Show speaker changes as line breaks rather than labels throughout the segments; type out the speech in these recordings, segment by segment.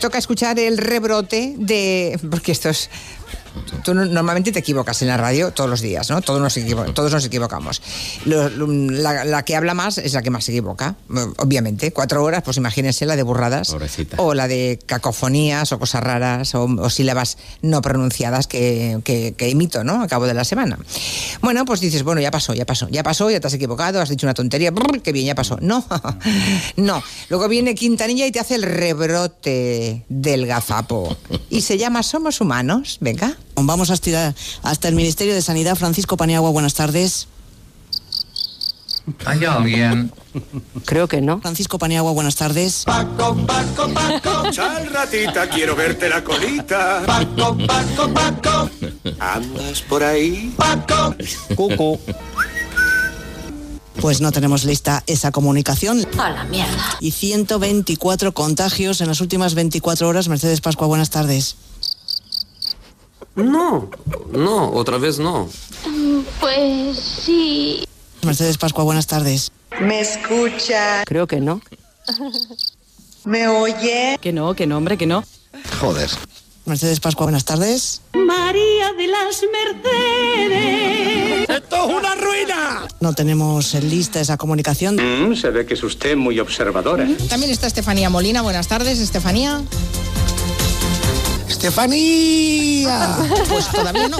toca escuchar el rebrote de. Porque esto es. Tú no- normalmente te equivocas en la radio todos los días, ¿no? Todos nos, equivo- todos nos equivocamos. Lo- lo- la, la que habla más es la que más se equivoca, obviamente. Cuatro horas, pues imagínense la de burradas.
Pobrecita.
O la de cacofonías o cosas raras o, o sílabas no pronunciadas que, que, que imito, ¿no? A cabo de la semana. Bueno, pues dices, bueno, ya pasó, ya pasó, ya pasó, ya te has equivocado, has dicho una tontería, brr, qué bien, ya pasó. No, no. Luego viene Quintanilla y te hace el rebrote del gazapo. Y se llama Somos Humanos, venga.
Vamos hasta, hasta el Ministerio de Sanidad. Francisco Paniagua, buenas tardes.
¿Hay alguien?
Creo que no.
Francisco Paniagua, buenas tardes.
Paco, Paco, Paco. Sal, ratita, quiero verte la colita. Paco, Paco, Paco. ¿Andas por ahí? Paco.
Cucu.
Pues no tenemos lista esa comunicación.
A la mierda.
Y 124 contagios en las últimas 24 horas. Mercedes Pascua, buenas tardes.
No, no, otra vez no.
Pues sí.
Mercedes Pascua, buenas tardes.
¿Me escucha?
Creo que no.
¿Me oye?
Que no, que no, hombre, que no.
Joder.
Mercedes Pascua, buenas tardes.
María de las Mercedes.
No tenemos en lista esa comunicación.
Mm, se ve que es usted muy observadora.
También está Estefanía Molina. Buenas tardes, Estefanía.
Estefanía.
Pues todavía no.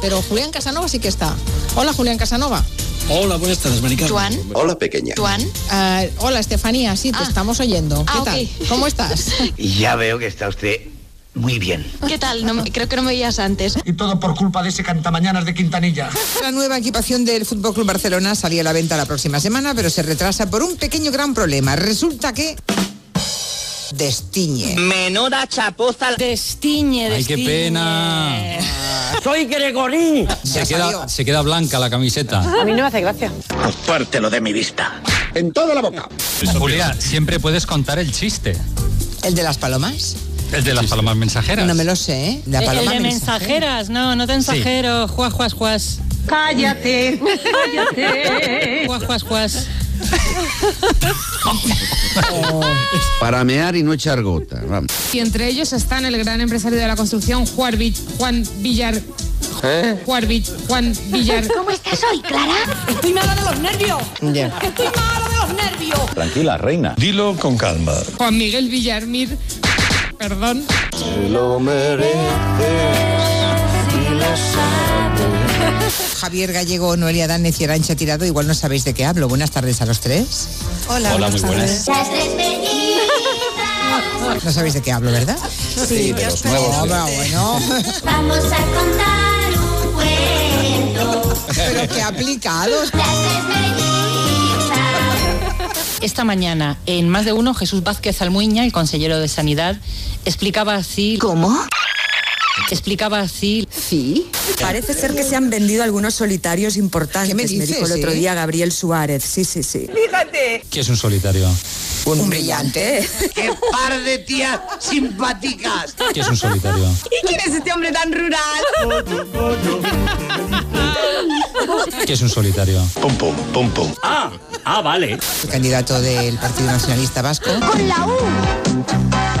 Pero Julián Casanova sí que está. Hola, Julián Casanova.
Hola, buenas tardes, Maricarmen.
Juan.
Hola, pequeña.
Ah, hola, Estefanía. Sí, te estamos oyendo. ¿Qué
Ah,
tal?
ok.
¿Cómo estás?
Ya veo que está usted muy bien.
¿Qué tal? No, me- creo que no me veías antes.
Y todo por culpa de ese cantamañanas de Quintanilla.
La nueva equipación del Fútbol Club Barcelona salía a la venta la próxima semana, pero se retrasa por un pequeño gran problema. Resulta que. Destiñe.
Menuda chapuza.
Destiñe,
¡Ay, qué pena!
Soy Gregorín.
Se
Ya
queda,
salió.
se queda blanca la camiseta.
A mí no me hace gracia.
Apártelo de mi vista.
En toda la boca.
Julia, siempre puedes contar el chiste.
¿El de las palomas?
El de las palomas mensajeras.
No me lo sé, ¿eh? La paloma mensajera.
no, no te
ensajero.
Juas, juas, juas.
Cállate.
Juas, juas, juas.
Para mear y no echar gota. Vamos.
Y entre ellos están el gran empresario de la construcción, Juan, Juan Villar.
¿Eh?
Juan Villar.
¿Cómo estás hoy, Clara?
Estoy mala de los nervios.
Ya.
Estoy mala de los nervios.
Tranquila, reina.
Dilo con calma.
Juan Miguel Villarmir. Perdón.
Javier Gallego, Noelia Danez y Arancha Tirado, igual no sabéis de qué hablo. Buenas tardes a los tres.
Hola, buenas tardes.
Las tres
No sabéis de qué hablo, ¿verdad?
Sí,
de
ya
los
está
nuevos.
bien.
Ahora, bueno,
Vamos a contar un cuento.
pero que aplicados.
Las tres
Esta mañana, en más de uno, Jesús Vázquez Almuña, el consejero de Sanidad, explicaba así.
¿Cómo?
Explicaba así.
Sí.
Parece ser que se han vendido algunos solitarios importantes.
¿Qué me dices,
dijo el otro
eh?
día Gabriel Suárez. Sí, sí, sí.
¿Qué es un solitario?
Un brillante.
¡Qué par de tías simpáticas!
¿Qué es un solitario?
¿Y quién es este hombre tan rural?
¿Qué es un solitario?
Pum, pum, pum, pum.
El candidato del Partido Nacionalista Vasco.
Con la U.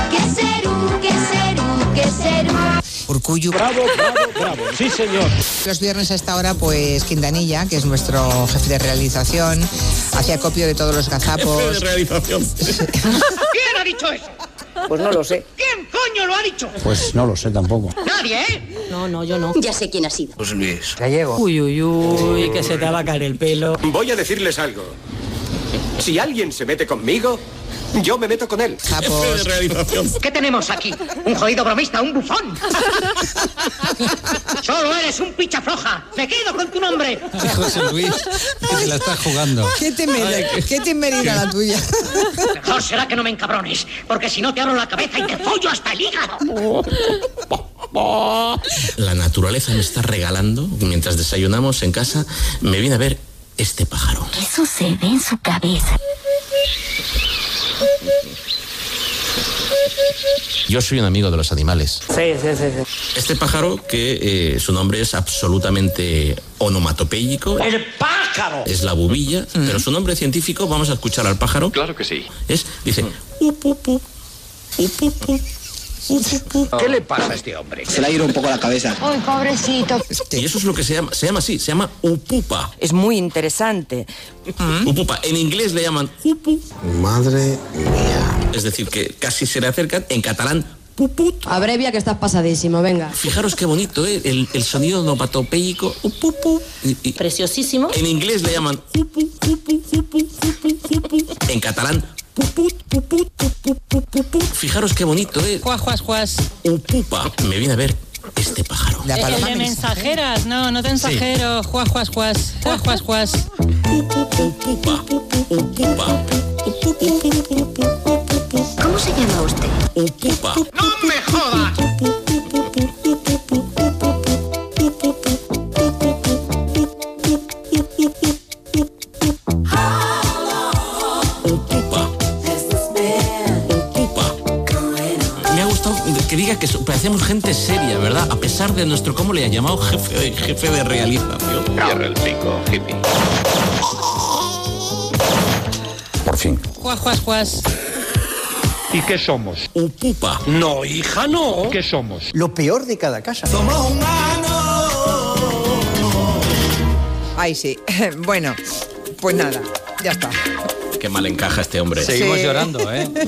Que serú, que serú, que serú.
Urcuyu.
Bravo, bravo, bravo. Sí, señor.
Los viernes a esta hora, pues Quintanilla, que es nuestro jefe de realización, hacía copio de todos los gazapos.
realización.
¿Quién ha dicho eso?
Pues no lo sé.
¿Quién coño lo ha dicho?
Pues no lo sé tampoco.
Nadie, ¿eh?
No, no, yo no.
Ya sé quién ha sido.
Pues Luis.
Uy, uy, uy, que se te va a caer el pelo.
Voy a decirles algo. Si alguien se mete conmigo, yo me meto con él.
Gazapos.
¿Qué tenemos aquí? ¿Un jodido bromista? ¿Un bufón? Solo eres un picha floja. Me quedo con tu nombre.
José Luis, que te la estás jugando.
¿Qué temeridad, qué temeridad la tuya?
Mejor será que no me encabrones, porque si no te abro la cabeza y te follo hasta el hígado.
La naturaleza me está regalando, mientras desayunamos en casa, me viene a ver este pájaro.
Eso se ve en su cabeza.
Yo soy un amigo de los animales.
Sí, sí, sí.
Este pájaro, que eh, su nombre es absolutamente onomatopéyico,
¡El pájaro!
es la bubilla, pero su nombre científico, vamos a escuchar al pájaro. Claro que sí. Es, dice, up, up, up,
¿Qué le pasa a este hombre?
Se le ha ido un poco la cabeza.
Uy, pobrecito.
Y eso es lo que se llama, se llama así, se llama upupa.
Es muy interesante.
Upupa. En inglés le llaman upu.
Madre mía.
Es decir, que casi se le acercan en catalán. Puput.
Abrevia que estás pasadísimo, venga.
Fijaros qué bonito, ¿eh? el, el sonido onomatopéyico. Upupu. Y- y-
Preciosísimo.
En inglés le llaman upu, upu, upu, upu, upu. En catalán. Puput, puput, puput, puput, puput. Fijaros qué bonito, ¿eh?
Juas, juas, juas.
Upupa. Me viene a ver este pájaro.
El- el de mensajeras, no, no te ensajero. Juas, juas, juas. Juas, juas, juas.
Upupa. Upupa.
¿Cómo se llama usted?
Upupa.
¡No me jodas!
Me ha gustado que diga que so- parecemos gente seria, ¿verdad? A pesar de nuestro, ¿cómo le ha llamado? Jefe de, jefe de realización.
Cierra el pico, hippie.
Por fin.
Juas, juas, juas.
¿Y qué somos?
Upupa.
No, hija, no.
¿Qué somos? Lo peor de cada casa.
Somos
Ay, sí. Bueno, pues nada, ya está.
Qué mal encaja este hombre.
Seguimos Sí. llorando,
¿eh?